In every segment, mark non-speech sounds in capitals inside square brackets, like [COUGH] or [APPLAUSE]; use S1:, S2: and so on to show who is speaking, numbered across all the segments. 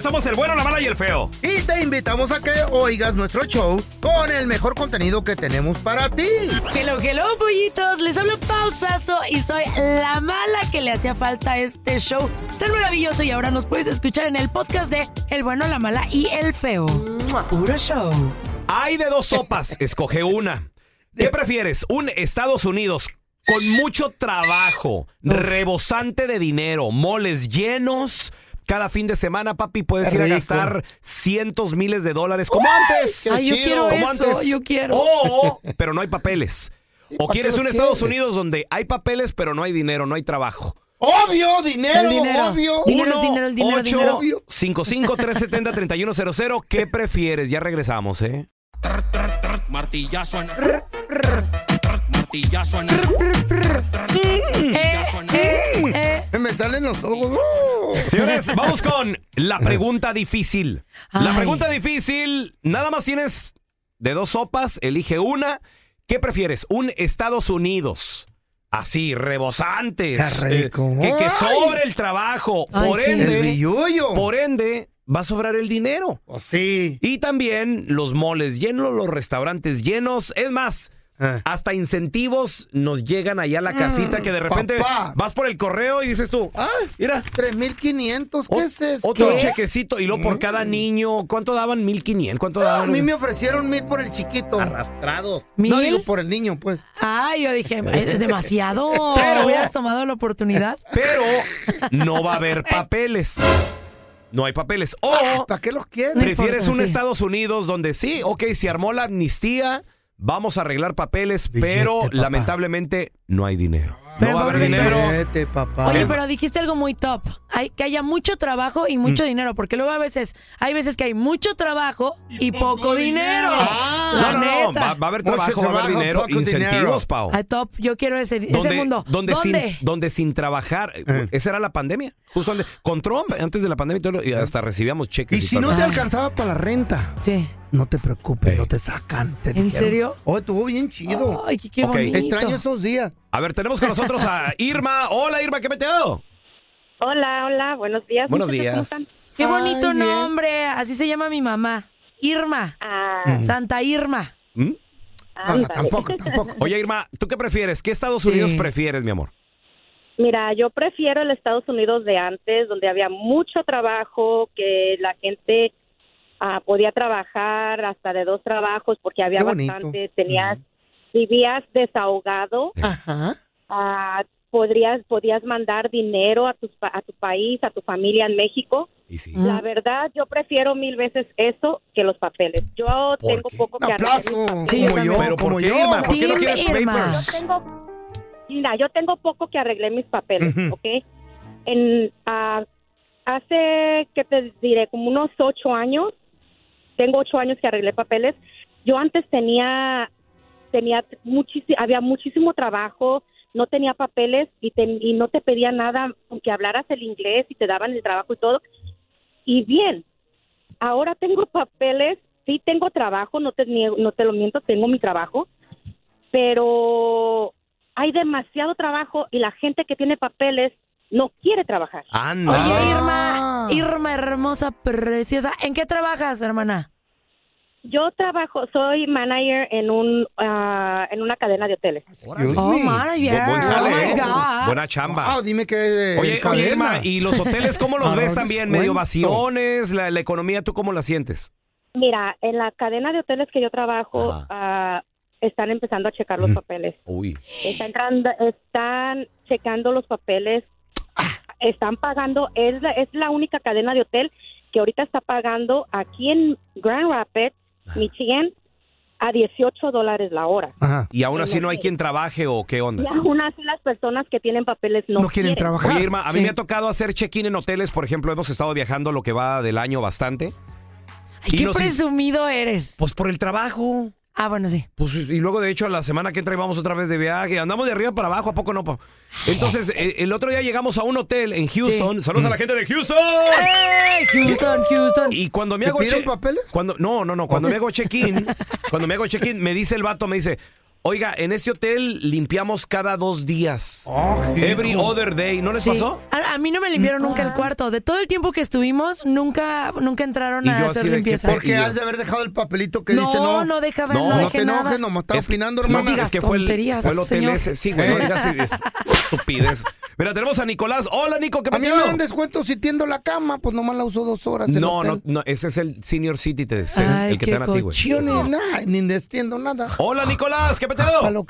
S1: Somos el bueno, la mala y el feo.
S2: Y te invitamos a que oigas nuestro show con el mejor contenido que tenemos para ti.
S3: Hello, hello, Oh, pollitos. Les hablo pausazo y soy la mala que le hacía falta a este show tan maravilloso. Y ahora nos puedes escuchar en el podcast de El bueno, la mala y el feo. Puro show.
S1: Hay de dos
S3: [LAUGHS]
S1: sopas. Escoge una. ¿Qué prefieres? Un Estados Unidos con mucho trabajo, rebosante de dinero, moles llenos cada fin de semana, papi, puedes
S4: Qué
S1: ir a
S4: rico.
S1: gastar cientos miles de dólares como antes.
S3: Ay, yo quiero
S1: Como
S3: eso,
S1: antes.
S3: yo quiero.
S1: O, pero no hay
S3: [LAUGHS]
S1: papeles. O
S4: pa' qué
S1: quieres
S4: los
S1: un Estados
S4: quieres?
S1: Unidos donde hay papeles, pero no hay dinero, no hay trabajo.
S4: Obvio, dinero,
S3: El dinero.
S4: obvio.
S3: Dinero es dinero, el dinero, dinero.
S1: 1-855-370-3100. ¿Qué prefieres? Ya regresamos, ¿eh?
S5: Martillazo en. Martillazo en.
S3: Eh, eh, eh.
S2: Me salen los ojos.
S1: Señores, vamos con
S2: [LAUGHS]
S1: la pregunta difícil. La
S3: Ay.
S1: pregunta difícil, nada más tienes de dos sopas, elige una. ¿Qué prefieres? Un Estados Unidos. Así, rebosantes.
S2: Qué rico.
S1: eh, que, que
S2: Ay.
S1: sobre el trabajo.
S3: Ay,
S1: por
S3: sí.
S2: El
S1: ende,
S2: billuyo.
S1: por ende, va a sobrar el dinero.
S2: Oh, sí.
S1: Y también los moles llenos, los restaurantes llenos. Es más,
S2: Ah. Mm.
S1: hasta incentivos nos llegan allá a la casita que de repente
S2: papá.
S1: vas por el correo y dices tú, ah, mira,
S2: 3500,
S1: o-
S2: ¿qué es eso?
S1: Otro chequecito. Y luego por cada niño, ¿cuánto daban? 1500, ¿cuánto
S2: Ah, A
S1: daban?
S2: mí me ofrecieron mil por el chiquito.
S1: [LAUGHS] Arrastrados.
S3: ¿Mil?
S2: No digo por el niño, pues.
S3: Ah, yo dije, es demasiado.
S1: Pero-
S3: hubieras tomado la oportunidad.
S1: Pero no va a
S2: [LAUGHS]
S1: haber papeles. No hay papeles. O
S2: Ah, ¿Para qué los quieren?
S3: Pre-
S1: prefieres
S3: importa,
S1: un
S3: sí.
S1: Estados Unidos donde sí, ok, se armó la amnistía, vamos a arreglar papeles,
S2: Billete,
S1: pero
S2: papá.
S1: lamentablemente no hay dinero.
S3: Pero
S1: no va a haber
S3: pobre-
S1: dinero.
S2: Vete, papá.
S3: Oye, pero dijiste algo muy top. Hay, que haya mucho trabajo y mucho dinero, porque luego a veces, hay veces que hay mucho trabajo y, poco, dinero. Ah.
S1: No,
S2: Ah,
S3: La
S1: no, no,
S3: neta.
S1: va, va a haber
S2: Mucho
S1: trabajo, va a haber
S2: trabajo,
S1: dinero,
S2: poco
S1: incentivos,
S2: dinero.
S1: Pau.
S3: Ay, top, yo quiero ese, ese
S1: donde,
S3: mundo.
S1: Donde,
S3: ¿Dónde?
S1: Sin, donde sin trabajar. eh,
S2: Eh.
S1: Esa era la pandemia. Justo donde- con Trump, antes de la pandemia, y todo lo- y hasta recibíamos cheques.
S2: Y si no
S1: todo.
S2: te alcanzaba para la renta,
S3: Sí.
S2: no te preocupes,
S1: Ey.
S2: no te sacan. te
S3: ¿En
S2: dijeron.
S3: serio?
S2: Oh, estuvo bien chido.
S3: Ay, qué, qué
S1: Ok.
S3: bonito.
S2: Extraño esos días.
S1: A ver, tenemos con nosotros a Irma. Hola, Irma, ¿qué meteo?
S6: Hola, hola, buenos días.
S1: Buenos
S6: muchachos,
S1: días.
S6: ¿cómo están?
S3: Qué bonito
S2: Ay, bien.
S3: nombre. Así se llama mi mamá. Irma.
S6: Ah,
S3: Santa Irma.
S1: ¿Mm?
S2: No, no,
S6: ándale.
S2: tampoco, tampoco.
S1: Oye, Irma, ¿tú qué prefieres? ¿Qué Estados Unidos
S3: Sí.
S1: prefieres, mi amor?
S6: Mira, yo prefiero el Estados Unidos de antes, donde había mucho trabajo, que la gente ah, podía trabajar hasta de dos trabajos, porque había
S2: Qué bonito.
S6: bastante, tenías, vivías desahogado,
S2: Ajá.
S6: ah, podrías, podías mandar dinero a tu, a tu país, a tu familia en México.
S1: Y sí.
S6: La verdad, yo prefiero mil veces eso que los papeles. Yo
S1: ¿Por
S6: tengo
S1: qué?
S6: poco
S2: Un
S6: que hacer.
S2: aplauso.
S3: Sí, yo
S2: como yo,
S3: también.
S1: Pero ¿por
S2: como
S1: qué,
S2: yo.
S1: Irma? ¿Por qué no
S3: Team
S1: quieres
S3: Irma.
S1: papers?
S6: Yo tengo, mira, yo tengo poco que arreglé mis papeles,
S2: Ujú.
S6: ¿ok? En, ah, hace, ¿qué te diré? Como unos ocho años, tengo ocho años que arreglé papeles. Yo antes tenía, tenía muchísimo, había muchísimo trabajo, no tenía papeles y, te- y no te pedía nada, aunque hablaras el inglés y te daban el trabajo y todo. Y bien, ahora tengo papeles, sí tengo trabajo, no te, niego- no te lo miento, tengo mi trabajo, pero hay demasiado trabajo y la gente que tiene papeles no quiere trabajar.
S1: Anda.
S3: Oye, Irma,
S2: Ah.
S3: Irma hermosa, preciosa, ¿en qué trabajas, hermana?
S6: Yo trabajo, soy manager en un ah, en una cadena de hoteles.
S2: Excuse
S3: Oh,
S2: me.
S3: my
S1: Bu- buen jale,
S3: oh
S1: ¿eh?
S3: my God.
S1: Buena chamba.
S2: Wow, dime que. eh,
S1: Oye, oye,
S2: cadena.
S1: Irma, ¿y los hoteles cómo los
S2: Ah,
S1: ves
S2: no,
S1: también?
S2: descuento.
S1: ¿Medio vaciones? La, la economía tú cómo la sientes?
S6: Mira, en la cadena de hoteles que yo trabajo
S1: Ajá.
S6: ah, están empezando a checar los papeles.
S1: Uy.
S6: Están entrando, están checando los papeles. Están pagando, es la, es la única cadena de hotel que ahorita está pagando aquí en Grand Rapids, Michigan, a 18 dólares la hora.
S2: Ajá.
S1: ¿Y aún así no hay quien trabaje o qué onda?
S6: Y aún así las personas que tienen papeles no,
S2: No, quieren trabajar.
S1: Oye, Irma, a mí
S3: Sí.
S1: me ha tocado hacer check-in en hoteles, por ejemplo, hemos estado viajando lo que va del año bastante.
S3: Ay,
S1: Y
S3: qué
S1: los-
S3: presumido eres.
S1: Pues por el trabajo.
S3: Ah, bueno, sí.
S1: Pues, y luego, de hecho, la semana que entra íbamos otra vez de viaje. Andamos de arriba para abajo, ¿a poco no? pa? Entonces, eh, el otro día llegamos a un hotel en Houston. Saludos a la gente de Houston.
S3: Mm. ¡Ey! Houston, Houston.
S1: Y cuando me
S2: ¿Te
S1: hago
S2: pidieron
S1: che-
S2: papeles?
S1: Cuando, no, no, no. Cuando me hago
S2: [LAUGHS]
S1: check-in, cuando me hago check-in, me dice el vato, me dice, oiga, en este hotel limpiamos cada dos días.
S2: Ah,
S1: Every
S2: hijo.
S1: other day. ¿No les
S3: Sí.
S1: pasó?
S3: A, a mí no me
S2: Mm.
S3: limpiaron nunca
S2: Ah.
S3: el cuarto. De todo el tiempo que estuvimos, nunca, nunca entraron
S1: Y
S3: a
S1: yo
S3: hacer
S1: así de que,
S3: limpieza.
S1: ¿por
S2: Porque
S1: Y yo-
S2: has de haber dejado el papelito que
S3: no,
S2: dice no.
S3: no deja ver,
S1: No,
S3: no,
S1: no
S3: dejé
S2: te enojes,
S3: nada.
S2: nomás está
S1: Es-
S2: opinando,
S1: no
S2: hermana.
S1: digas que fue el,
S3: tonterías,
S1: fue el hotel
S3: señor.
S1: ese. Sí, güey, no
S2: Eh.
S1: digas es- estupidez. Mira, tenemos a Nicolás. Hola, Nico, ¿qué
S2: a mí me dan
S1: pasó?
S2: descuento si tiendo la cama, pues nomás la uso dos horas. el
S1: No,
S2: hotel.
S1: no, no, ese es el Senior City, te- el,
S3: Ay,
S1: que
S3: qué
S1: te dan a ti, güey.
S2: Yo ni nada, ni destiendo nada.
S1: Hola, Nicolás, ¿qué peteo?
S2: Palo-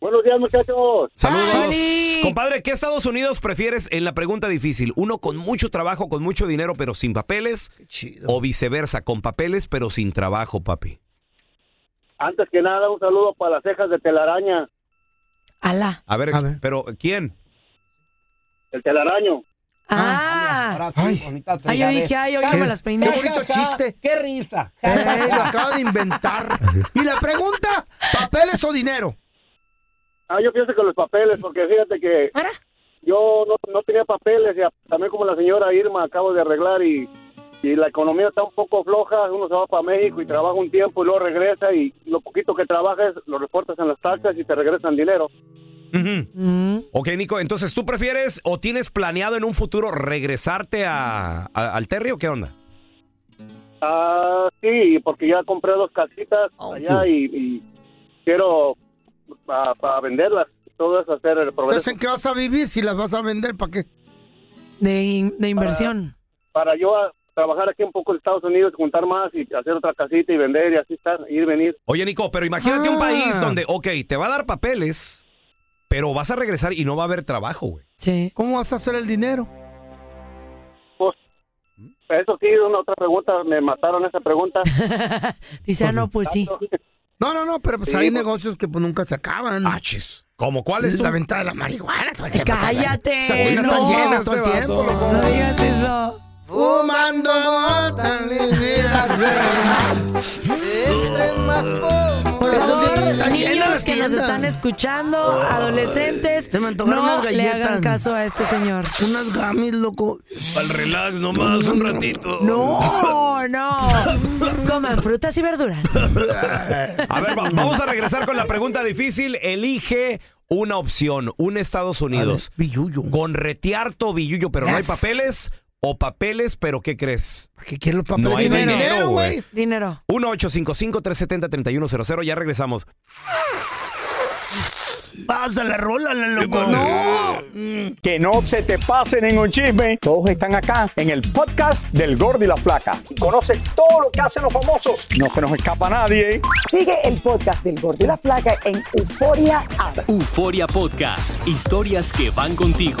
S4: Buenos días, muchachos.
S1: Saludos.
S3: Ay, Oli.
S1: Compadre, ¿qué Estados Unidos prefieres en la pregunta difícil? ¿Uno con mucho trabajo, con mucho dinero, pero sin papeles?
S2: Chido.
S1: ¿O viceversa, con papeles, pero sin trabajo, papi?
S4: Antes que nada, un saludo para las cejas de telaraña,
S3: Alá.
S1: A ver,
S2: A
S1: ex-
S2: ver.
S1: pero ¿quién?
S4: el telaraño.
S3: Ah.
S2: Ay.
S3: Ay, yo dije, ay, ahorita me las
S2: Qué
S3: peiné.
S2: bonito chiste. Qué risa. Eh, lo acaba de inventar. Y la pregunta, ¿papeles o dinero?
S4: Ah, yo pienso que los papeles, porque fíjate que
S3: Ahora.
S4: yo no, no tenía papeles, y a- también como la señora Irma acabo de arreglar y, y la economía está un poco floja, uno se va para México y trabaja un tiempo y luego regresa y lo poquito que trabajes lo reportas en las taxas y te regresan dinero.
S1: Ujú.
S3: Mm.
S1: Ok, Nico, entonces tú prefieres o tienes planeado en un futuro regresarte a, a- al Terry o qué onda?
S4: Ah, sí, porque ya compré dos casitas
S1: Oh,
S4: allá y, y quiero para venderlas. Todo eso hacer el progreso.
S2: Entonces, Pues, ¿en qué vas a vivir si las vas a vender? ¿Para qué?
S3: De, in- de inversión.
S4: para yo a- trabajar aquí un poco en Estados Unidos, juntar más y hacer otra casita y vender y así estar, ir, venir.
S1: Oye, Nico, pero imagínate un
S2: Ah.
S1: país donde, ok, te va a dar papeles, pero vas a regresar y no va a haber trabajo, güey.
S3: Sí.
S2: ¿Cómo vas a hacer el dinero?
S4: Eso sí, una otra pregunta, me mataron esa pregunta.
S3: [LAUGHS] Dice, ah, no, pues sí.
S2: No, no, no, pero pues
S4: Sí,
S2: hay
S4: pues-
S2: negocios que pues nunca se acaban.
S1: Achis. ¿Cómo cuál es tu?
S2: la venta de la marihuana. todo el tiempo.
S3: Cállate,
S2: Sabrina
S3: no.
S2: tan llena todo el
S1: Este
S2: tiempo,
S1: vato.
S2: loco.
S3: No digas eso.
S2: Fumando mota, mi [LAUGHS] vida
S3: Por favor, niños
S2: las
S3: que nos están escuchando,
S1: Oh.
S3: adolescentes,
S2: Se me antojaron
S3: Pues, no
S2: unas
S3: le hagan
S2: galletas.
S3: caso a este señor.
S2: Unas gamis, loco.
S1: Al relax nomás un ratito.
S2: [LAUGHS]
S3: No, no. Coman frutas y verduras.
S1: [LAUGHS] A ver, va- vamos a regresar con la pregunta difícil. Elige una opción, un Estados Unidos.
S2: Billuyo.
S1: Con retear tobilluyo, pero no hay
S2: Yes.
S1: papeles. O papeles, pero ¿qué crees?
S2: ¿Qué quieren los papeles?
S1: No hay
S2: sin el
S1: dinero, güey.
S3: Dinero.
S1: 1-855-370-3100. Ya regresamos.
S2: Pásale, rólale, loco.
S7: Que no se te pase ningún chisme. Todos están acá en el podcast del Gordi y la Flaca. Y conoce todo lo que hacen los famosos. No se nos escapa nadie.
S8: Sigue el podcast del Gordo y la Flaca en Euforia App.
S9: Euforia Podcast, historias que van contigo.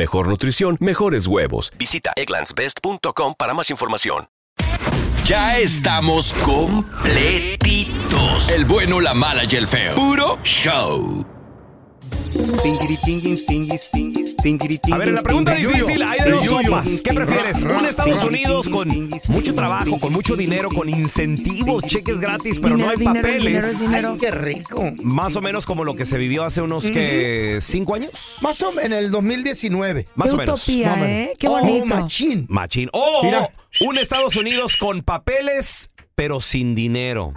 S10: mejor nutrición, mejores huevos.
S11: Visita egglandsbest.com para más información.
S12: Ya estamos completitos. El bueno, la mala y el feo. Puro show.
S1: A ver, la pregunta difícil, hay de dos sopas. ¿Qué prefieres? Un Estados Unidos con mucho trabajo, con mucho dinero, con incentivos, cheques gratis, pero no hay
S2: Dinero, dinero,
S1: papeles.
S2: dinero, dinero. Ay, qué rico.
S1: Más o menos como lo que se vivió hace unos que cinco años.
S2: Más o menos en el 2019.
S1: Más o menos.
S2: Más o menos. Oh, machín.
S1: Machín. Oh,
S2: Mira.
S1: un Estados Unidos con papeles, pero sin dinero.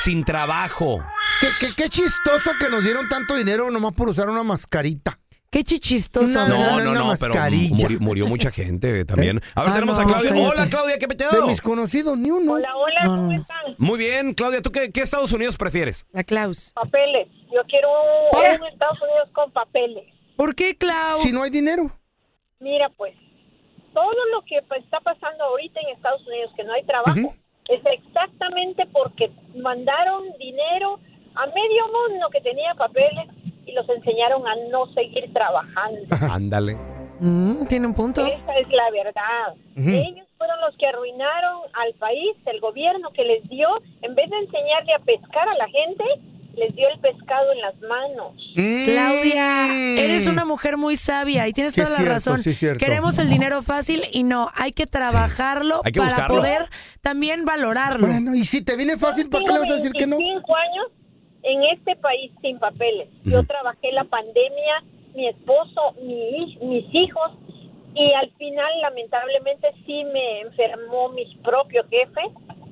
S1: Sin trabajo.
S2: Qué, qué- qué chistoso que nos dieron tanto dinero nomás por usar una mascarita.
S3: Qué chistoso.
S2: No, no, no,
S1: no,
S2: una
S1: pero
S2: mascarilla.
S1: murió, murió mucha gente también. A ver,
S2: Ah,
S1: tenemos a
S2: no,
S1: Claudia.
S2: cállate.
S1: Hola, Claudia, ¿qué
S2: De
S1: peteado?
S2: mis conocidos, ni uno. Hola, hola, ¿cómo
S1: Muy bien, Claudia, ¿tú qué, qué Estados Unidos prefieres?
S3: La Klaus.
S13: Papeles. Yo quiero
S3: ¿Qué?
S13: un Estados Unidos con papeles.
S3: ¿Por qué, Klaus?
S2: Si no hay dinero.
S13: Mira, pues, todo lo que pues, está pasando ahorita en Estados Unidos, que no hay trabajo, es exactamente porque mandaron dinero a medio mundo que tenía papeles y los enseñaron a no seguir trabajando.
S1: Ándale.
S3: Mm, tiene un punto.
S13: Esa es la verdad.
S1: Ujú.
S13: Ellos fueron los que arruinaron al país, el gobierno que les dio, en vez de enseñarle a pescar a la gente, les dio el pescado en las manos.
S2: Mm.
S3: Claudia, eres una mujer muy sabia y tienes
S2: Sí,
S3: toda
S2: es
S3: la
S2: cierto,
S3: razón.
S2: sí, es cierto.
S3: Queremos el dinero fácil y no, hay que trabajarlo
S2: Hay que
S3: para
S2: buscarlo.
S3: poder también valorarlo.
S2: Bueno, y si te viene fácil, ¿para qué le
S13: Tengo
S2: vas a decir que no?
S13: 25 años en este país sin papeles. Yo trabajé la pandemia, mi esposo, mi hij- mis hijos, y al final, lamentablemente, sí me enfermó mi propio jefe,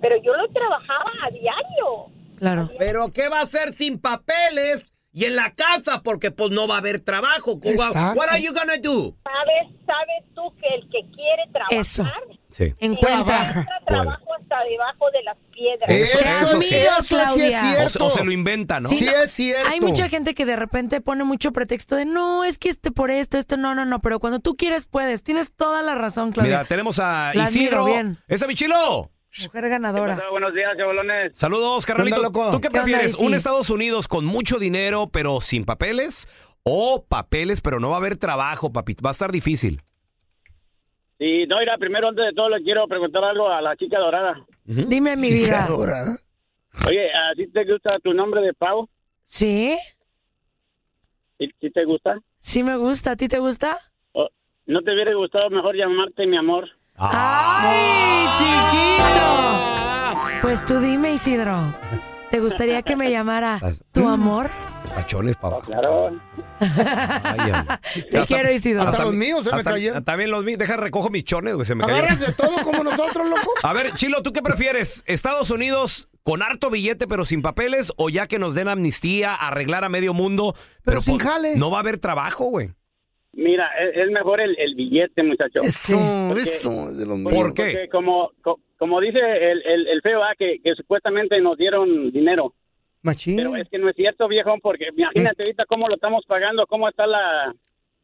S13: pero yo lo trabajaba a diario.
S3: Claro.
S14: Pero ¿qué va a hacer sin papeles y en la casa? Porque pues no va a haber trabajo.
S13: Exacto.
S14: What are you gonna do?
S13: ¿Sabes, sabes tú que el que quiere trabajar
S14: Eso.
S1: Sí.
S13: encuentra trabajo hasta debajo de las piedras?
S2: Eso, eso sí,
S3: Amiga,
S2: eso sí es
S3: Claudia.
S1: O, se-
S2: cierto.
S1: o se lo inventa, ¿no?
S3: Sí, no,
S2: cierto.
S3: Hay mucha gente que de repente pone mucho pretexto de no, es que este por esto, esto, no, no, no, pero cuando tú quieres puedes. Tienes toda la razón, Claudia.
S1: Mira, tenemos a
S3: La admiro,
S1: Isidro.
S3: bien.
S1: ¡Esa Michilo!
S3: Mujer ganadora.
S15: Buenos días, chavalones.
S1: Saludos,
S15: ¿Qué
S1: carnalito.
S15: onda, loco?
S1: ¿Tú qué
S15: ¿Qué onda,
S1: prefieres?
S15: Isi?
S1: ¿Un Estados Unidos con mucho dinero, pero sin papeles? ¿O papeles, pero no va a haber trabajo, papi? Va a estar difícil.
S15: Y no, mira, primero, antes de todo, le quiero preguntar algo a la chica dorada.
S3: Dime mi vida.
S15: Oye, ¿a ti te gusta tu nombre de pavo?
S3: ¿Sí?
S15: ¿Sí, sí te gusta?
S3: Sí me gusta. ¿A ti te gusta?
S15: ¿O ¿No te hubiera gustado mejor llamarte mi amor?
S3: ¡Ay, chiquito! Pues tú dime, Isidro. ¿Te gustaría que me llamara tu amor?
S1: Pachones, papá.
S15: Claro.
S3: Te quiero, Isidro. Hasta los
S2: míos se me cayeron.
S1: También los míos. Deja, recojo mis chones, güey. Se me
S2: Agarras
S1: cayeron.
S2: de todo como nosotros,
S1: [LAUGHS]
S2: loco.
S1: A ver, Chilo, ¿tú qué prefieres? ¿Estados Unidos con harto billete pero sin papeles? ¿O ya que nos den amnistía, arreglar a medio mundo? Pero, sin jale. No va a haber trabajo, güey.
S15: Mira, e-, es, es mejor el, el billete, muchacho.
S2: Eso,
S15: eso, de los
S1: míos. ¿Por qué?
S15: Porque como, co- como dice el, el, el feo, ah, que, que supuestamente nos dieron dinero.
S2: Machín.
S15: Pero es que no es cierto, viejo, porque imagínate ahorita cómo lo estamos pagando, cómo está la,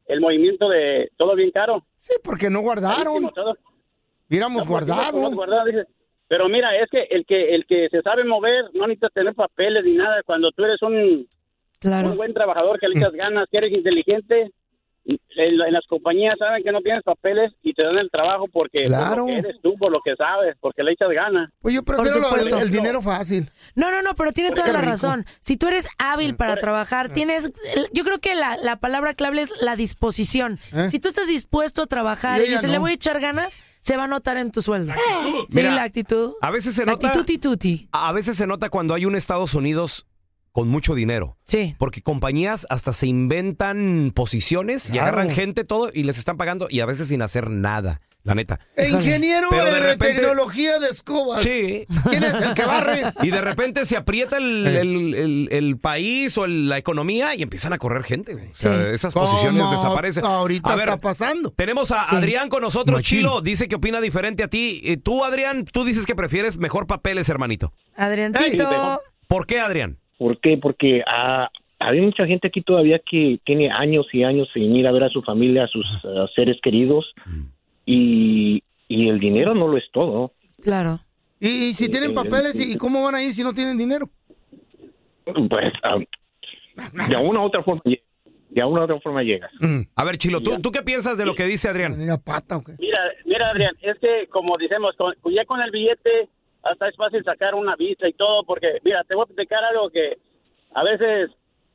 S15: el movimiento de todo bien caro.
S2: pues, Sí, porque no guardaron. Hubiéramos guardado.
S15: Hemos guardado, dice. Pero mira, es que el que el que se sabe mover no necesita tener papeles ni nada. Cuando tú eres un, un buen trabajador que le echas ganas, que eres inteligente, en, la- en las compañías saben que no tienes papeles y te dan el trabajo porque por
S2: Claro.
S15: lo que eres tú, por lo que sabes, porque le echas ganas.
S2: Pues yo prefiero lo- el, el dinero fácil.
S3: No, no, no, pero tiene
S2: Pues
S3: toda
S2: qué
S3: la
S2: rico.
S3: razón. Si tú eres hábil para trabajar, tienes. Yo creo que la, la palabra clave es la disposición.
S1: ¿Eh?
S3: Si tú estás dispuesto a trabajar
S1: Yo
S3: y
S1: ya
S3: dices,
S1: no.
S3: le voy a echar ganas, se va a notar en tu sueldo. Sí,
S1: Mira,
S3: la Ah, actitud.
S1: A veces se
S3: La
S1: nota.
S3: actitud y tuti.
S1: A veces se nota cuando hay un Estados Unidos con mucho dinero.
S3: Sí.
S1: Porque compañías hasta se inventan posiciones y
S2: Claro.
S1: agarran gente, todo, y les están pagando y a veces sin hacer nada. La neta.
S2: E Ingeniero
S1: Pero
S2: de,
S1: de repente-
S2: tecnología de escobas.
S1: Sí.
S2: ¿Quién es el que barre?
S1: Y de repente se aprieta
S2: [LAUGHS]
S1: el, el- el- el país o el- la economía y empiezan a correr gente. güey. O sea,
S2: Sí.
S1: Esas posiciones
S2: Como
S1: desaparecen.
S2: Ahorita
S1: a ver,
S2: está pasando.
S1: tenemos a
S2: Sí.
S1: Adrián con nosotros.
S2: Machín.
S1: Chilo dice que opina diferente a ti. Eh, Tú, Adrián, tú dices que prefieres mejor papeles, hermanito.
S3: Adriancito.
S1: ¿Por qué, Adrián?
S16: ¿Por qué? Porque ah, hay mucha gente aquí todavía que tiene años y años sin ir a ver a su familia, a sus ah, seres queridos,
S1: Mm.
S16: y, y el dinero no lo es todo.
S3: Claro.
S2: Y, y si tienen
S16: Este,
S2: papeles, ¿y y cómo van a ir si no tienen dinero?
S16: Pues, ah, de una u otra forma, lle- de una u otra forma llegas.
S2: Mm.
S1: A ver, Chilo, ¿tú, ¿tú qué piensas de lo que dice Adrián?
S15: Mira, mira, Adrián, es que como decimos, con- ya con el billete hasta es fácil sacar una visa y todo, porque mira, te voy a platicar algo que a veces,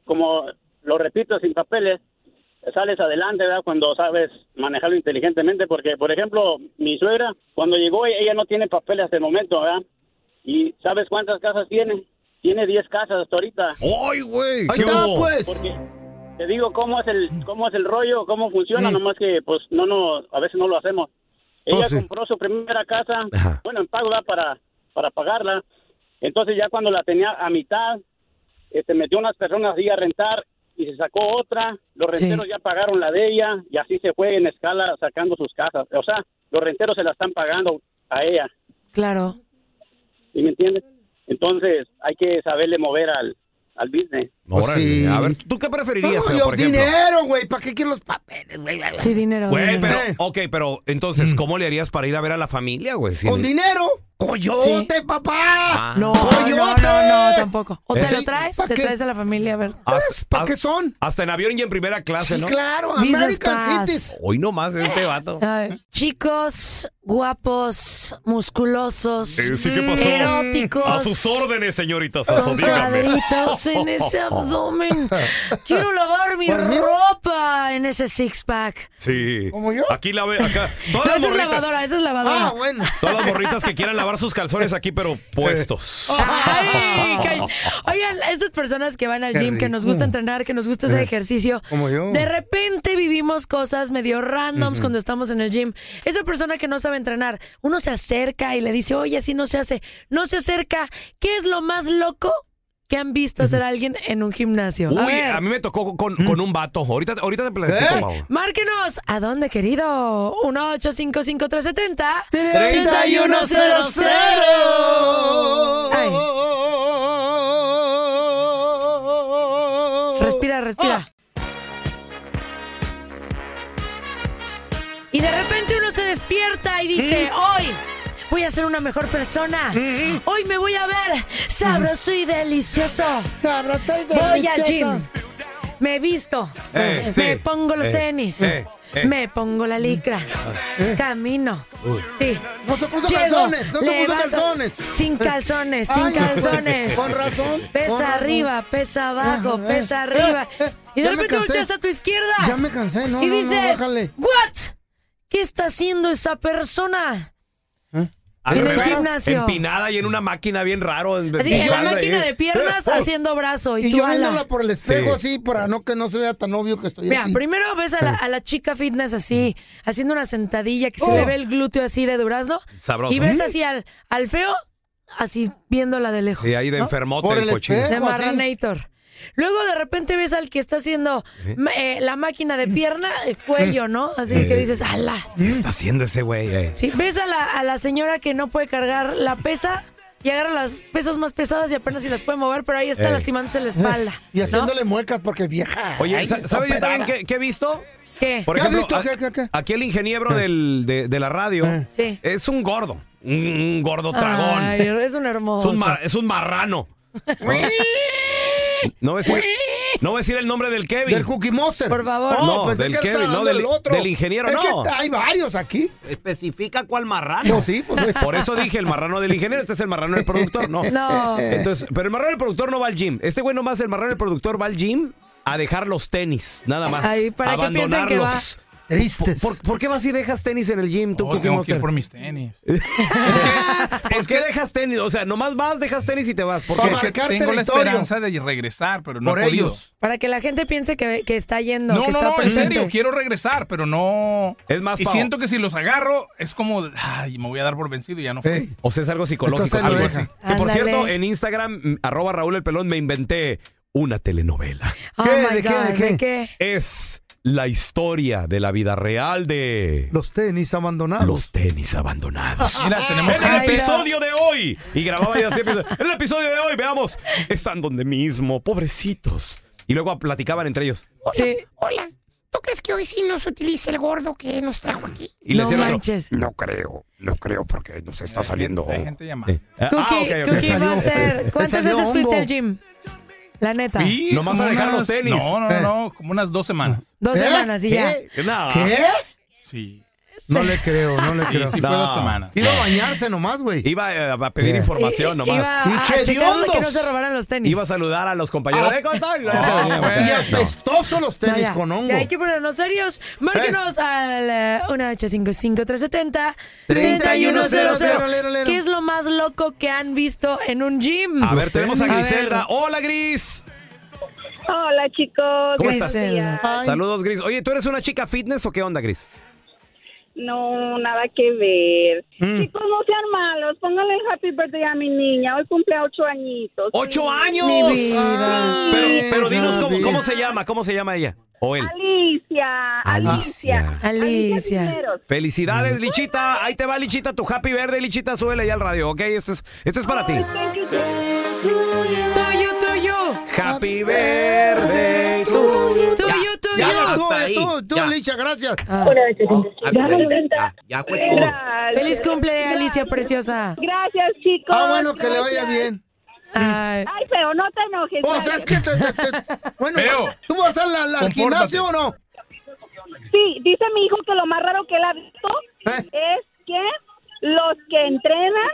S15: como lo repito, sin papeles, sales adelante, ¿verdad? Cuando sabes manejarlo inteligentemente, porque, por ejemplo, mi suegra, cuando llegó, ella no tiene papeles hasta el momento, ¿verdad? ¿Y sabes cuántas casas tiene? Tiene 10 casas hasta ahorita.
S1: ¡Ay, güey!
S2: Ahí está, pues.
S15: Porque te digo cómo es el cómo es el rollo, cómo funciona, nomás que pues no no a veces no lo hacemos. Ella
S17: Oh, sí.
S15: compró su primera casa, bueno, en pago ¿verdad? para para pagarla. Entonces ya cuando la tenía a mitad, este metió unas personas ahí a rentar y se sacó otra, los renteros ya pagaron la de ella y así se fue en escala sacando sus casas. O sea, los renteros se la están pagando a ella.
S3: Claro.
S15: ¿Sí me entiendes? Entonces, hay que saberle mover al, al business.
S1: Órale, A ver, ¿tú qué preferirías,
S2: No,
S1: feo,
S2: yo
S1: por ejemplo?
S2: dinero, güey. ¿Para qué quiero los papeles, güey?
S3: Sí, dinero.
S1: Güey, pero, ok, pero
S3: Mm.
S1: entonces, ¿cómo le harías para ir a ver a la familia, güey? Sin-
S2: Con dinero. ¡Coyote, papá!
S1: Ah. No,
S2: ¡Coyote!
S3: No, no, no, tampoco. O te
S1: ¿Eh?
S3: lo traes, te traes a la familia, a ver.
S1: ¿Para qué son? Hasta en avión y en primera clase,
S3: Sí,
S1: ¿no?
S3: claro, Eh, ah, Business American class. Cities.
S1: Hoy nomás este vato.
S3: Ay. Chicos guapos, musculosos,
S1: Eh, sí, ¿qué pasó?
S3: eróticos,
S1: A sus órdenes, señorita Sasso,
S3: con
S1: dígame. [LAUGHS]
S3: cuadritos en ese abdomen. Quiero lavar mi
S1: Por mí.
S3: ropa en ese six pack.
S1: Sí.
S3: ¿Como yo?
S1: Aquí la ve, acá. Todas
S3: No,
S1: las
S3: esa es
S1: morritas.
S3: lavadora, esa es lavadora.
S2: Ah, bueno.
S1: Todas las morritas que quieran lavar sus calzones aquí,
S3: Eh.
S1: pero puestos. Ah.
S3: Ay, ca- Oigan, estas personas que van al
S1: Qué
S3: gym, que
S1: rico.
S3: nos gusta entrenar, que nos gusta ese
S1: Eh,
S3: ejercicio,
S1: como yo.
S3: de repente vivimos cosas medio randoms
S1: Ujú.
S3: cuando estamos en el gym. Esa persona que no sabe entrenar, uno se acerca y le dice, oye, así no se hace, no se acerca. ¿Qué es lo más loco que han visto hacer a alguien en un gimnasio?
S1: Uy,
S3: a ver, Mm. ¿Eh?
S1: a, mí me tocó con, con un vato. Ahorita, ahorita te platico, Mau.
S3: márquenos. ¿A dónde, querido? 1 855 370 Ay. Respira,
S8: Ah.
S3: respira. Y de repente uno se despierta y dice, hoy voy a ser una mejor persona. Hoy me voy a ver sabroso y delicioso.
S8: Sabroso y
S3: Voy al
S8: delicioso.
S3: gym. Me visto.
S8: Eh,
S3: me
S8: sí.
S3: pongo los
S8: Eh,
S3: tenis.
S8: eh, eh. Ah,
S3: Me pongo la licra. Camino.
S8: Uy.
S3: Sí.
S2: No se puso calzones, no se puso calzones.
S3: Sin calzones, sin
S2: Ay,
S3: calzones.
S2: con razón,
S3: Pesa
S2: con razón.
S3: arriba, pesa abajo,
S2: Ah, ah,
S3: pesa
S2: ah,
S3: arriba.
S2: ah,
S3: Y de
S2: ya me
S3: repente
S2: cansé.
S3: volteas a tu izquierda.
S2: Ya me cansé, no,
S3: Y
S2: no, no,
S3: dices,
S2: bájale.
S3: ¿What? ¿Qué está haciendo esa persona?
S1: Al
S3: En el
S1: revés,
S3: gimnasio.
S1: Ah, Empinada y en una máquina bien raro. en-
S3: Así, en la
S1: empinada
S3: máquina
S1: ahí.
S3: de
S8: Eh,
S3: piernas haciendo brazo. Y,
S2: Y
S3: tú
S2: yo
S3: ala.
S2: viéndola por el espejo
S1: Sí.
S2: así para no que no se vea tan obvio que estoy
S3: Mira,
S2: así.
S3: primero ves a la, a la chica fitness así, haciendo una sentadilla que se le ve el glúteo así de durazno.
S1: Sabroso.
S3: Y ves
S1: Oh. Mm.
S3: así al, al feo, así viéndola de lejos.
S1: Sí, ahí de
S3: ¿no?
S1: enfermote Por el el cochino. espejo,
S3: De
S1: así.
S3: marranator. Luego de repente ves al que está haciendo
S1: ¿Eh?
S3: ma- eh, la máquina de pierna, el cuello, ¿no? Así que
S1: Eh.
S3: dices, ala.
S1: ¿Qué está haciendo ese güey? eh?
S3: Sí, ves a la, a la señora que no puede cargar la pesa y agarra las pesas más pesadas y apenas si las puede mover, pero ahí está
S1: Eh.
S3: lastimándose la espalda.
S2: Y haciéndole muecas porque vieja.
S1: Oye,
S2: Ay,
S1: sa-
S2: está
S1: ¿sabes yo
S2: operada.
S1: también qué, qué he visto?
S3: ¿Qué?
S1: Por
S2: ¿Qué has
S1: ejemplo,
S2: visto?
S1: a-
S2: ¿Qué, qué, Eh. qué?
S1: aquí el ingeniero del- de, de la radio
S3: Sí.
S1: es un gordo, un, un gordo tragón.
S3: Ay, es un
S1: es,
S3: hermoso.
S1: un mar- es un
S3: [LAUGHS]
S1: marrano. No voy a decir, no voy a decir el nombre del Kevin.
S2: Del Cookie Monster. Oh, Por favor.
S1: No, del Kevin, no, del- del ingeniero, no.
S2: hay varios aquí.
S1: Especifica cuál marrano.
S2: No, sí, pues,
S1: Por eso dije el marrano del ingeniero, este es el marrano del productor, no.
S2: No.
S1: Entonces, pero el marrano del productor no va al gym. Este güey nomás, el marrano del productor va al gym a dejar los tenis, nada más.
S3: Ay, ¿para qué piensan que va?
S1: Abandonarlos.
S2: Tristes.
S1: ¿Por, por qué vas y dejas tenis en el gym? Tú, Cookie
S17: Oh, tengo que
S1: Monster?
S17: ir por mis tenis.
S1: ¿Por qué dejas tenis? O sea, nomás vas, dejas tenis y te vas. ¿Por qué?
S17: Porque tengo la esperanza de regresar, pero no
S1: Por
S17: he podido.
S1: ellos.
S3: Para que la gente piense que, que está yendo,
S17: No,
S3: que
S17: no,
S3: está
S17: no, en
S3: presente.
S17: serio, quiero regresar, pero no.
S1: Es más,
S17: Y
S1: Pao.
S17: siento que si los agarro, es como, ay, me voy a dar por vencido y ya no fui.
S1: O sea, es algo psicológico.
S17: Entonces, no
S1: algo
S17: deja.
S1: así. Que por
S17: Ándale.
S1: cierto, en Instagram, mm, arroba Raúl el Pelón, me inventé una telenovela.
S3: Oh my God, ¿de qué?
S1: Es la historia de la vida real de...
S2: Los tenis abandonados.
S1: Los tenis abandonados.
S2: Mira, tenemos-
S1: en
S2: Ay,
S1: el
S2: no.
S1: episodio de hoy. Y grababa ya siempre. En el episodio de hoy, veamos. Están donde mismo, pobrecitos. Y luego platicaban entre ellos.
S18: Hola, ¿tú crees que hoy sí nos utiliza el gordo que nos trajo aquí?
S1: Y le decían al otro,
S18: No creo, no creo porque nos está saliendo.
S17: Hay gente llamada.
S1: Sí. Ah,
S3: Cookie,
S1: ah, ok, ok.
S3: Cookie va a ser. ¿Cuántas
S17: salió
S3: veces fuiste
S17: hongo.
S3: al gym? La neta.
S17: Sí,
S1: Nomás
S17: como
S1: a dejar los
S17: unas-
S1: tenis.
S17: No, no,
S1: Eh.
S17: no, como unas dos semanas.
S3: Dos
S1: ¿Eh?
S3: semanas y ya.
S1: ¿Qué? Nada.
S17: Sí.
S2: No le creo,
S1: [LAUGHS]
S2: no le
S17: Sí,
S2: creo.
S17: sí fue dos semanas.
S2: Iba a bañarse nomás, güey.
S1: Iba eh, a pedir información nomás.
S3: Iba a
S2: ¡Y
S3: checar que no
S2: hediondos!
S3: se robaran los tenis.
S1: Iba a saludar a los compañeros.
S2: Ah.
S1: ¡Eh, ¿cómo
S3: [LAUGHS]
S1: están?
S2: Y apestosos los
S3: No,
S2: tenis
S3: ya.
S2: con hongo.
S3: Ya hay que ponernos serios. Márquenos al eh, 1-855-370-3100.
S1: 3100.
S2: Lero, lero.
S3: ¿Qué es lo más loco que han visto en un gym?
S1: A ver, tenemos a
S3: ver.
S1: Griselda. Hola, Gris.
S13: Hola chicos,
S1: ¿Cómo
S13: buenos
S1: estás?
S13: días.
S1: Saludos, Gris. Oye, ¿tú eres una chica fitness o qué onda, Gris?
S13: No, nada que ver.
S1: Mm.
S13: Chicos, no sean malos, pónganle el happy birthday a mi niña, hoy cumple ocho añitos.
S1: ¡Ocho
S13: Sí. Ah.
S1: años!
S13: Sí.
S1: Pero, pero dinos cómo, cómo se llama, cómo se llama ella o él.
S13: Alicia, Alicia.
S3: Alicia.
S13: Cisneros.
S1: Felicidades, Lichita. Ahí te va, Lichita, tu happy verde, Lichita, súbele ya al radio, ¿ok? Esto es, esto es para ti.
S3: Tuyo, tuyo.
S1: Happy birthday to you.
S3: Tuyo, tuyo.
S2: Ya,
S3: Hasta
S2: tú,
S3: ahí,
S2: tú, tú,
S3: ya.
S2: Licha, gracias.
S18: Ah.
S1: Ya
S3: Feliz cumple, Alicia preciosa.
S13: Gracias, chicos.
S2: Ah, bueno, que le vaya bien.
S3: Ay,
S13: pero no te enojes.
S2: O sea, es que te, te- te- Bueno, ¿tú vas al, al- al gimnasio o no?
S13: Sí, dice mi hijo que lo más raro que él ha visto
S2: ¿Eh?
S13: es que los que entrenan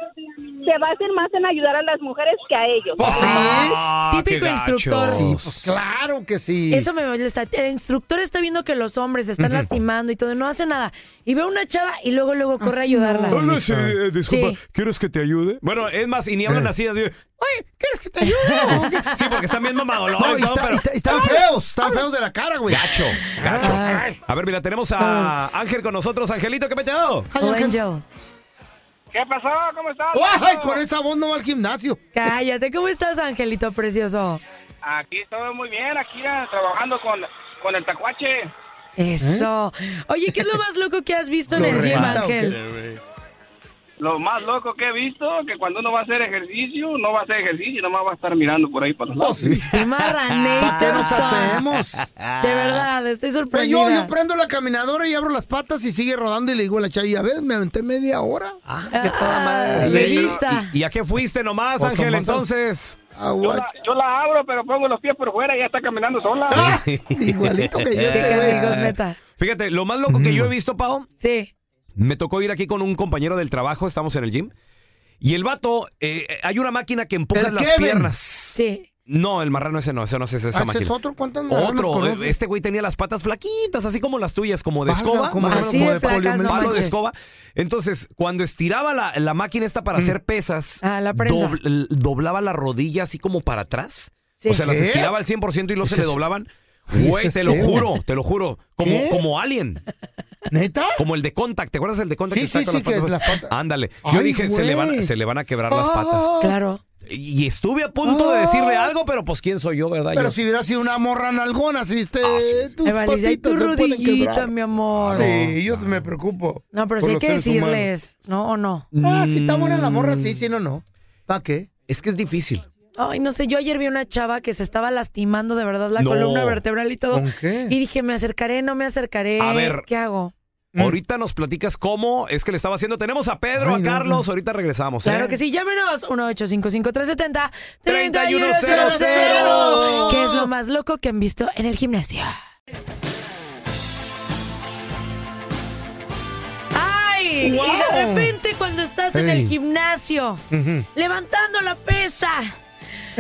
S13: se basen más en ayudar a las mujeres que a ellos.
S1: Pues Ah,
S3: Típico instructor.
S2: Sí, pues claro que sí.
S3: Eso me molesta. El instructor está viendo que los hombres se están
S2: Ujú.
S3: lastimando y todo, no hace nada. Y ve a una chava y luego, luego corre
S1: Ah,
S3: a
S2: Así no.
S3: ayudarla.
S2: Hola, sí,
S1: Eh, disculpa,
S3: Sí.
S1: ¿quieres que te ayude? Bueno, es más, y ni
S2: Eh.
S1: hablan así. así,
S3: [LAUGHS]
S1: Oye, ¿quieres que te ayude? sí, porque están bien mamadolones.
S2: No, y
S1: ¿no?
S2: está-
S1: Pero-
S2: está- están feos, están feos de la cara, güey.
S1: Gacho, gacho. A ver, mira, tenemos
S3: Ah.
S1: a Ángel con nosotros. Angelito, ¿qué peteo?
S15: ¿Qué pasó? ¿Cómo estás?
S2: ¡Ay, con esa voz no va al gimnasio!
S3: Cállate, ¿cómo estás, Angelito precioso?
S15: Aquí todo muy bien, aquí ah, trabajando con, con el tacuache.
S3: Eso. Oye, ¿qué es lo más loco que has visto en
S15: Lo
S3: el gym,
S15: remata,
S3: Ángel?
S15: Lo más loco que he visto, que cuando uno va a hacer ejercicio, no va a hacer ejercicio, nomás va a estar mirando por ahí para los lados.
S3: Qué marranito
S2: ¿Para Oh, qué nos
S3: son.
S2: hacemos?
S3: De verdad, estoy
S2: Pues Ah. yo, yo
S3: sorprendida.
S2: prendo la caminadora y abro las patas y sigue rodando y le digo a la chava, ya ves, me aventé media hora. Ah, qué toda madre.
S1: ¿Y, y a qué fuiste nomás,
S2: Pues
S1: Ángel,
S2: nomás-
S1: entonces?
S15: Yo la, yo la abro, pero pongo los pies por fuera y ya está caminando sola.
S2: Ah, Igualito
S3: que yo, este güey. Amigos, neta.
S1: Fíjate, lo más loco
S2: Mm.
S1: que yo he visto, Pau,
S3: Sí.
S1: me tocó ir aquí con un compañero del trabajo, estamos en el gym, y el vato, eh, hay una máquina que empuja
S2: El
S1: las
S2: Kevin.
S1: piernas.
S3: Sí.
S1: No, el marrano ese no, ese no es esa
S2: Ah, ¿Ese es
S1: máquina.
S2: otro? ¿Cuántas marranos
S1: Otro,
S2: conoces?
S1: eh, este güey tenía las patas flaquitas, así como las tuyas, como de
S2: Valga,
S1: escoba.
S2: como- Así como de de flacas, polio, no
S1: Palo de
S2: manches.
S1: escoba. Entonces, cuando estiraba la, la máquina esta
S2: Mm.
S1: para hacer pesas,
S3: Ah, la prensa.
S1: dobl- doblaba la rodilla así como para atrás.
S3: Sí.
S1: O sea, las
S3: ¿Qué?
S1: estiraba al 100% y luego se
S2: Ese
S1: le
S2: es-
S1: doblaban.
S2: Ay,
S1: Güey,
S2: ese
S1: te
S2: es
S1: lo
S2: feo.
S1: juro, te lo juro. Como,
S2: ¿Qué?
S1: como alien.
S2: ¿Neta?
S1: Como el de Contact. ¿Te acuerdas el de Contact
S2: Sí,
S1: que está
S2: sí,
S1: con
S2: sí, que
S1: las
S2: las
S1: patas?
S2: patas-
S1: Ándale. Yo
S2: Ay,
S1: dije, se le, van, a-
S2: güey. Ah.
S1: se le van a quebrar las patas.
S3: Claro.
S1: Y estuve a punto de decirle algo, pero pues quién soy yo, ¿verdad?
S2: Pero
S1: Yo-
S2: si hubiera sido una morra nalgona, así este,
S1: Ah,
S2: tus
S3: Eh, Valeria, y tu
S2: patitas se pueden
S3: rodillita,
S2: quebrar.
S3: mi amor.
S2: Sí, yo me preocupo.
S3: No, pero sí
S2: por
S3: hay
S2: los
S3: que
S2: seres humanos.
S3: decirles, ¿no o no?
S2: Ah, si está buena la morra, sí, sí, no, no. ¿Para qué?
S1: Mm. Es que es difícil.
S3: Ay, no sé, yo ayer vi una chava que se estaba lastimando de verdad la
S1: No.
S3: columna vertebral y todo.
S1: ¿Con qué?
S3: Y dije, me acercaré, no me acercaré.
S1: A ver.
S3: ¿Qué hago?
S2: Mm.
S1: Ahorita nos platicas cómo es que le estaba haciendo. Tenemos a Pedro, a Carlos. Ahorita regresamos.
S3: Claro
S1: ¿eh?
S3: que sí, llámenos 1855370
S1: 3100.
S3: ¿Qué es lo más loco que han visto en el gimnasio? ¡Ay! Y de
S2: Wow.
S3: repente cuando estás en el
S2: Ey.
S3: gimnasio,
S2: Ujú.
S3: levantando la pesa,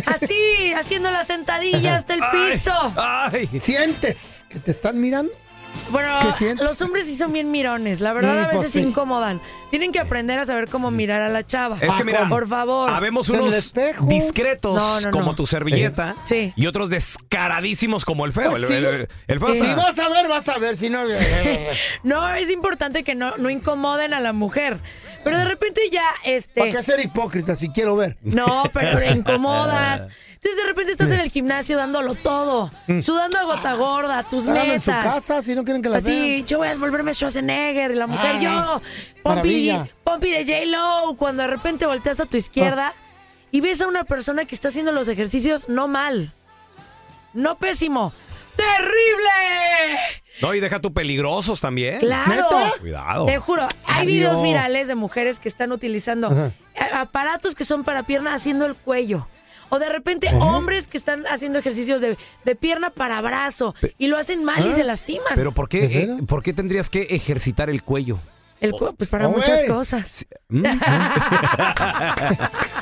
S3: así, haciendo las sentadillas hasta el piso.
S2: ¿Sientes que te están mirando?
S3: Bueno,
S2: ¿Qué sientes?
S3: los hombres sí son bien mirones, la verdad
S2: Mm,
S3: a
S2: pues
S3: veces
S2: sí.
S3: incomodan. Tienen que aprender a saber cómo mirar a la chava. Ah,
S1: Es que mira,
S3: por favor.
S1: habemos unos discretos
S3: No, no, no.
S1: como tu servilleta
S2: Eh.
S3: Sí.
S1: y otros descaradísimos como el feo.
S2: Pues
S1: el,
S2: sí.
S1: el- el- el feo
S2: Pues
S1: está-
S2: si vas a ver, vas a ver. Si no. eh.
S3: No, es importante que no, no incomoden a la mujer. Pero de repente ya, este.
S2: ¿Para qué ser hipócrita si quiero ver?
S3: No, pero
S2: [LAUGHS]
S3: te incomodas. Entonces de repente estás en el gimnasio dándolo todo, sudando a gota gorda, tus
S2: Háganlo Mm. en
S3: metas.
S2: su casa, si no quieren que las
S3: Así,
S2: vean.
S3: yo voy a volverme Schwarzenegger y la mujer
S2: Ah,
S3: yo, Pompi,
S2: maravilla.
S3: Pompi de J-Lo, cuando de repente volteas a tu izquierda
S2: Ah.
S3: y ves a una persona que está haciendo los ejercicios no mal, no pésimo, terrible.
S1: [LAUGHS] No, y deja tu peligrosos también.
S3: Claro.
S1: Cuidado.
S3: Te juro, hay
S1: Ay,
S3: videos
S1: no.
S3: virales de mujeres que están utilizando
S1: Ajá.
S3: a- aparatos que son para pierna haciendo el cuello. O de repente hombres que están haciendo ejercicios de, de pierna para brazo y lo hacen
S2: Ah.
S1: Ah.
S3: mal y se lastiman.
S1: Pero ¿por qué, eh, ¿por qué tendrías que ejercitar el
S3: [LAUGHS]
S1: cuello? ¿Mm?
S3: el cuello, pues
S2: Ah,
S3: para muchas cosas.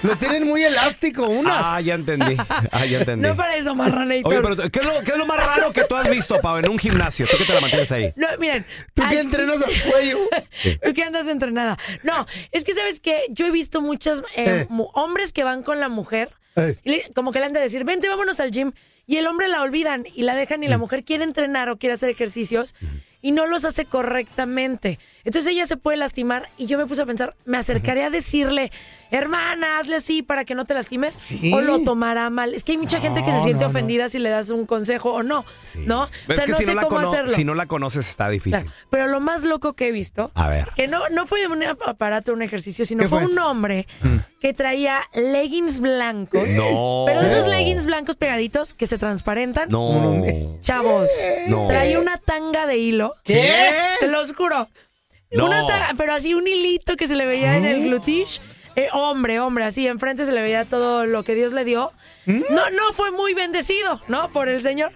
S1: Lo
S2: tienen muy elástico, [LAUGHS] unas.
S1: Ah, ya entendí. Ah, ya entendí.
S3: No para eso, marranators.
S1: Oye, pero ¿qué es, lo, qué es lo más raro que tú has visto, Pau, en un gimnasio? ¿Tú que te la mantienes ahí?
S3: No, miren. ¿Tú que entrenas [LAUGHS]
S2: al cuello?
S3: ¿Tú que andas entrenada? No, es que sabes que yo he visto muchos
S2: Eh.
S3: hombres que van con la mujer,
S2: Eh.
S3: y le- como que le han de decir, vente, vámonos al gym, y el hombre la olvidan y la dejan y
S1: Mm.
S3: la mujer quiere entrenar o quiere hacer ejercicios y no los hace correctamente. Entonces ella se puede lastimar y yo me puse a pensar, ¿me acercaré a decirle, hermana, hazle así para que no te lastimes?
S2: Sí.
S3: ¿O lo tomará mal? Es que hay mucha gente que se
S1: No,
S3: siente
S1: no, no.
S3: ofendida si le das un consejo o no, ¿no? O
S1: Es
S3: sea,
S1: que
S3: no
S1: si,
S3: sé
S1: no la
S3: cómo
S1: cono-
S3: hacerlo.
S1: si no la conoces está difícil. Ah.
S3: Claro, Pero lo más loco que he visto,
S1: A ver.
S3: que no, no fue de un aparato, un ejercicio, sino
S1: ¿Qué
S3: fue?
S1: fue?
S3: un hombre que traía leggings blancos.
S1: Mm. No.
S3: Pero esos leggings blancos pegaditos que se transparentan.
S1: No.
S3: Chavos,
S1: No.
S3: traía una tanga de hilo.
S1: ¿Qué?
S3: Se los juro.
S1: No.
S3: Una tanga, pero así un hilito que se le veía en el glutish. Eh, hombre, hombre, así enfrente se le veía todo lo que Dios le dio. No, no fue muy bendecido, ¿no? Por el Señor.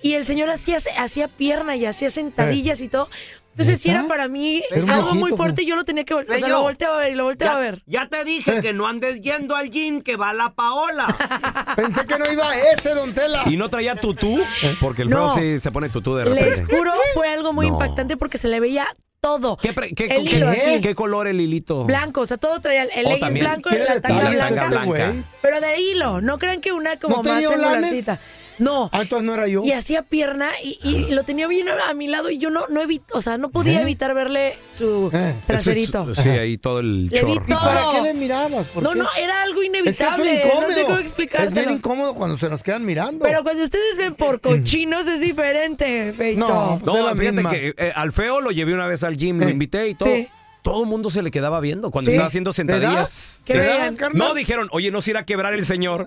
S3: Y el Señor hacía, hacía pierna y hacía sentadillas y todo. Entonces, si era para mí
S14: Era un
S3: algo muy
S14: ojito,
S3: fuerte, yo lo tenía que voltear. O sea,
S14: Bello.
S3: lo volteaba a ver y lo volteaba
S14: ya,
S3: a ver.
S14: ya te dije que no andes yendo al gym, que va la Paola.
S2: Pensé que no iba ese, don Tela.
S1: ¿Y no traía tutú?
S2: ¿Eh?
S1: Porque el
S3: No.
S1: feo sí se pone tutú de repente.
S3: Les juro, fue algo muy
S1: No.
S3: impactante porque se le veía todo.
S1: ¿Qué, pre- qué-
S3: el
S1: qué-
S3: hilo así.
S1: qué color el hilito?
S3: Blanco, o sea, todo traía el- el
S1: Oh,
S3: leggings
S1: también.
S3: blanco y
S1: ¿Qué
S3: la tanga
S1: detalles
S3: blanca.
S1: este güey?
S3: Pero de hilo, no crean que una como
S2: ¿No te
S3: más
S2: dio lames?
S3: triangularcita. No.
S2: Ah, entonces no era yo.
S3: Y hacía pierna y, y lo tenía bien a a mi lado y yo no, no evi- o sea, no podía
S2: ¿Eh?
S3: evitar verle su traserito.
S1: Sí, ahí todo el
S3: Le vi
S1: chorro.
S2: ¿Y para
S3: todo.
S2: qué le mirabas? ¿Por
S3: No,
S2: qué?
S3: no, era algo
S2: Es que es
S3: inevitable.
S2: incómodo.
S3: no sé cómo
S2: Es bien
S3: explicártelo.
S2: incómodo cuando se nos quedan mirando.
S3: Pero cuando ustedes ven
S2: [CLEARS THROAT]
S3: por cochinos es diferente, feito.
S2: No, pues
S1: No, fíjate que eh, al feo lo llevé una vez al gym,
S2: Eh,
S1: lo invité y todo.
S3: Sí.
S1: Todo el mundo se le quedaba viendo cuando
S3: Sí.
S1: estaba haciendo sentadillas.
S3: ¿Verdad? ¿Qué ¿Verdad, veían? carnal?
S1: No dijeron, oye, no se irá a quebrar el
S3: [LAUGHS]
S1: señor.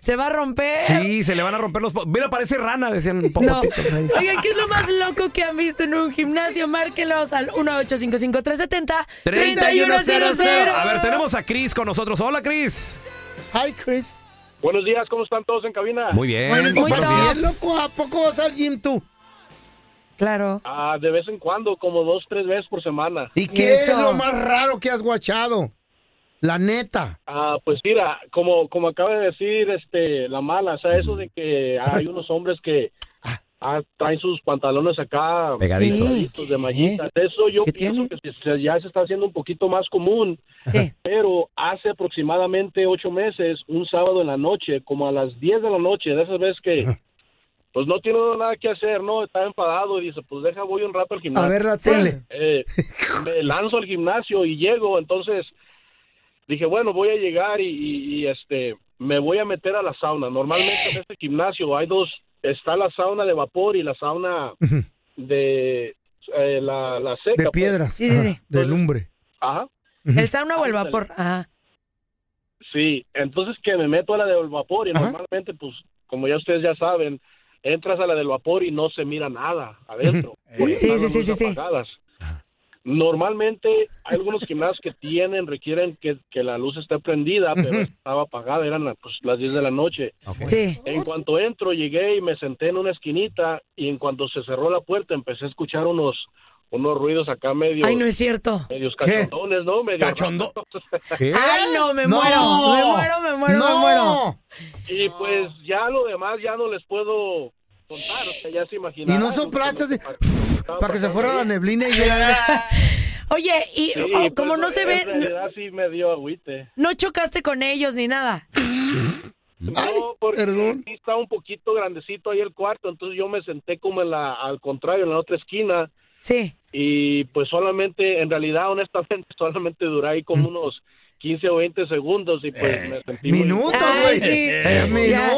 S3: Se va a romper.
S1: Sí, se le van a romper los. po- Mira, parece rana, decían popotitos ahí.
S3: [LAUGHS] Oigan, ¿qué es lo más loco que han visto en un gimnasio? Márquenlos al 1855370
S1: A ver, tenemos a Cris con nosotros. Hola, Cris.
S2: Hi, Chris.
S4: Buenos días, ¿cómo están todos en cabina?
S1: Muy bien.
S2: O sea,
S1: buenos
S2: si
S1: días.
S2: es loco, ¿a poco vas al gym tú?
S3: Claro.
S4: Ah, de vez en cuando, como dos, tres veces por semana.
S2: ¿Y qué es lo más raro que has guachado? La neta.
S4: Ah, pues mira, como, como acaba de decir este, la mala, o sea, eso de que hay unos hombres que ah, traen sus pantalones acá
S1: Pegaditos.
S4: de mallitas. Eso yo pienso que se- se- ya se está haciendo un poquito más común. Pero hace aproximadamente ocho meses, un sábado en la noche, como a las 10 de la noche, de esas veces que pues no tiene uno nada que hacer, ¿no? Está enfadado y dice, pues deja, voy un rato al gimnasio.
S2: A ver la tele.
S4: Eh, me lanzo al gimnasio y llego, entonces dije, bueno, voy a llegar y, y- y, este me voy a meter a la sauna. Normalmente en este gimnasio hay dos, está la sauna de vapor y la sauna de eh, la, la seca.
S2: De
S4: pues.
S2: piedras.
S3: Sí, sí, sí.
S2: Ajá, De lumbre.
S4: Ajá.
S3: El sauna o el vapor. Ajá.
S19: Sí, entonces que me meto a la del vapor y normalmente, pues, como ya ustedes ya saben, entras a la del vapor y no se mira nada adentro. porque
S3: Eh, Sí,
S19: están
S3: sí,
S19: las
S3: sí,
S19: luces
S3: sí, sí.
S19: apagadas. Normalmente hay algunos gimnasios que tienen, requieren que, que la luz esté prendida, pero
S3: Ujú.
S19: estaba apagada, eran las- pues, las 10 de la noche.
S3: Sí.
S19: En cuanto entro, llegué y me senté en una esquinita y en cuanto se cerró la puerta empecé a escuchar unos unos ruidos acá medio...
S3: Ay, no es
S19: [LAUGHS]
S3: cierto.
S19: Medios cachondones, ¿no? Medio
S1: Cachondo.
S3: Ay, no, me
S19: No.
S3: muero. Me muero, me muero, me
S19: No.
S3: muero.
S19: Y pues ya lo demás ya no les puedo contar, o sea, ya se imaginarán.
S2: Y no soplaste así, para que se fuera la neblina y
S3: Oye, y
S19: Sí,
S3: oh,
S19: pues,
S3: como no se ve,
S19: En realidad sí me dio agüite.
S3: no chocaste con ellos ni nada.
S2: Mm.
S19: No, porque sí estaba un poquito grandecito ahí el cuarto, entonces yo me senté como en la, al contrario, en la otra esquina.
S3: Sí.
S19: Y pues solamente, en realidad, honestamente, [LAUGHS] solamente duré ahí como
S2: Mm.
S19: unos 15 o 20 segundos y pues me sentí
S2: Eh, Minutos,
S3: Ay,
S19: muy...
S3: sí.
S19: Eh,
S3: Ya.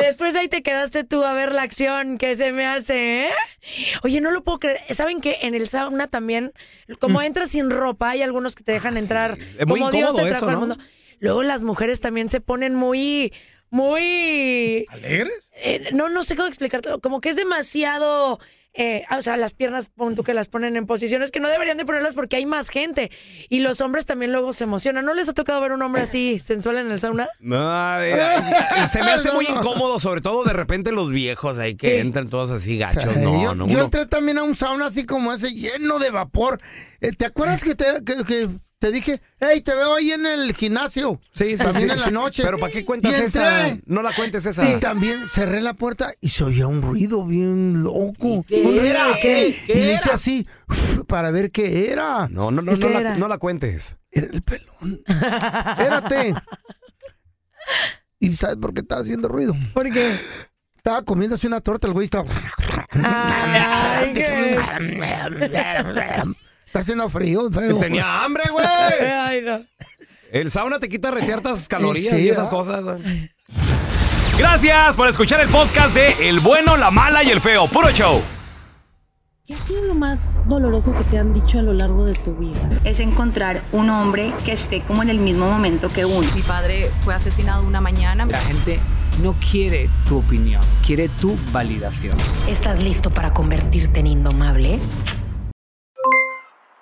S3: Después ahí te quedaste tú a ver la acción que se me hace, ¿eh? Oye, no lo puedo creer. ¿Saben que en el sauna también,
S19: Mm.
S3: como entras sin ropa, hay algunos que te dejan entrar
S1: Ah, Es muy
S3: como Dios te
S1: incómodo
S3: trajo
S1: eso,
S3: al
S1: ¿no?
S3: mundo? Luego las mujeres también se ponen muy, muy...
S17: ¿Alegres?
S3: Eh, no, no sé cómo explicártelo. Como que es demasiado. eh, ah, o sea, las piernas, pon tú que las ponen en posiciones que no deberían de ponerlas porque hay más gente. Y los hombres también luego se emocionan. ¿No les ha tocado ver un hombre así sensual en el sauna?
S1: No, eh, eh, se me hace
S2: [LAUGHS] No,
S1: muy
S2: no.
S1: incómodo, sobre todo de repente los viejos ahí que entran todos así gachos. no,
S2: yo,
S1: no,
S2: yo
S1: uno-
S2: entré también a un sauna así como ese, lleno de vapor. Eh, ¿Te acuerdas que te, que- que te dije, hey, te veo ahí en el gimnasio?
S1: Sí, sí,
S2: También
S1: sí,
S2: en la
S1: sí.
S2: noche.
S1: Pero ¿para qué cuentas
S2: Y entré.
S1: esa? No la cuentes esa.
S2: Y también cerré la puerta y se oía un ruido bien loco.
S1: qué
S2: Un ruido
S1: era?
S2: de que-
S1: ¿Qué
S2: y
S1: era?
S2: hice así para ver qué era.
S1: No, no, no,
S2: ¿Y qué
S1: no la,
S2: era?
S1: no la cuentes.
S2: Espérate. ¿Y sabes por qué estaba haciendo ruido?
S3: ¿Por qué?
S2: Estaba comiéndose una torta, el güey estaba.
S3: Ay,
S2: Está haciendo frío, feo.
S1: Tenía hambre, güey.
S3: [LAUGHS] Ay, no.
S1: El sauna te quita retiertas calorías
S2: Sí,
S1: y esas
S2: ¿eh?
S1: cosas, güey. Gracias por escuchar el podcast de El bueno, la mala y el feo. Puro show.
S20: ¿Qué ha sido lo más doloroso que te han dicho a lo largo de tu vida?
S21: es encontrar un hombre que esté como en el mismo momento que uno. Mi padre fue asesinado una mañana.
S22: La gente no quiere tu opinión, quiere tu validación.
S23: ¿Estás listo para convertirte en indomable?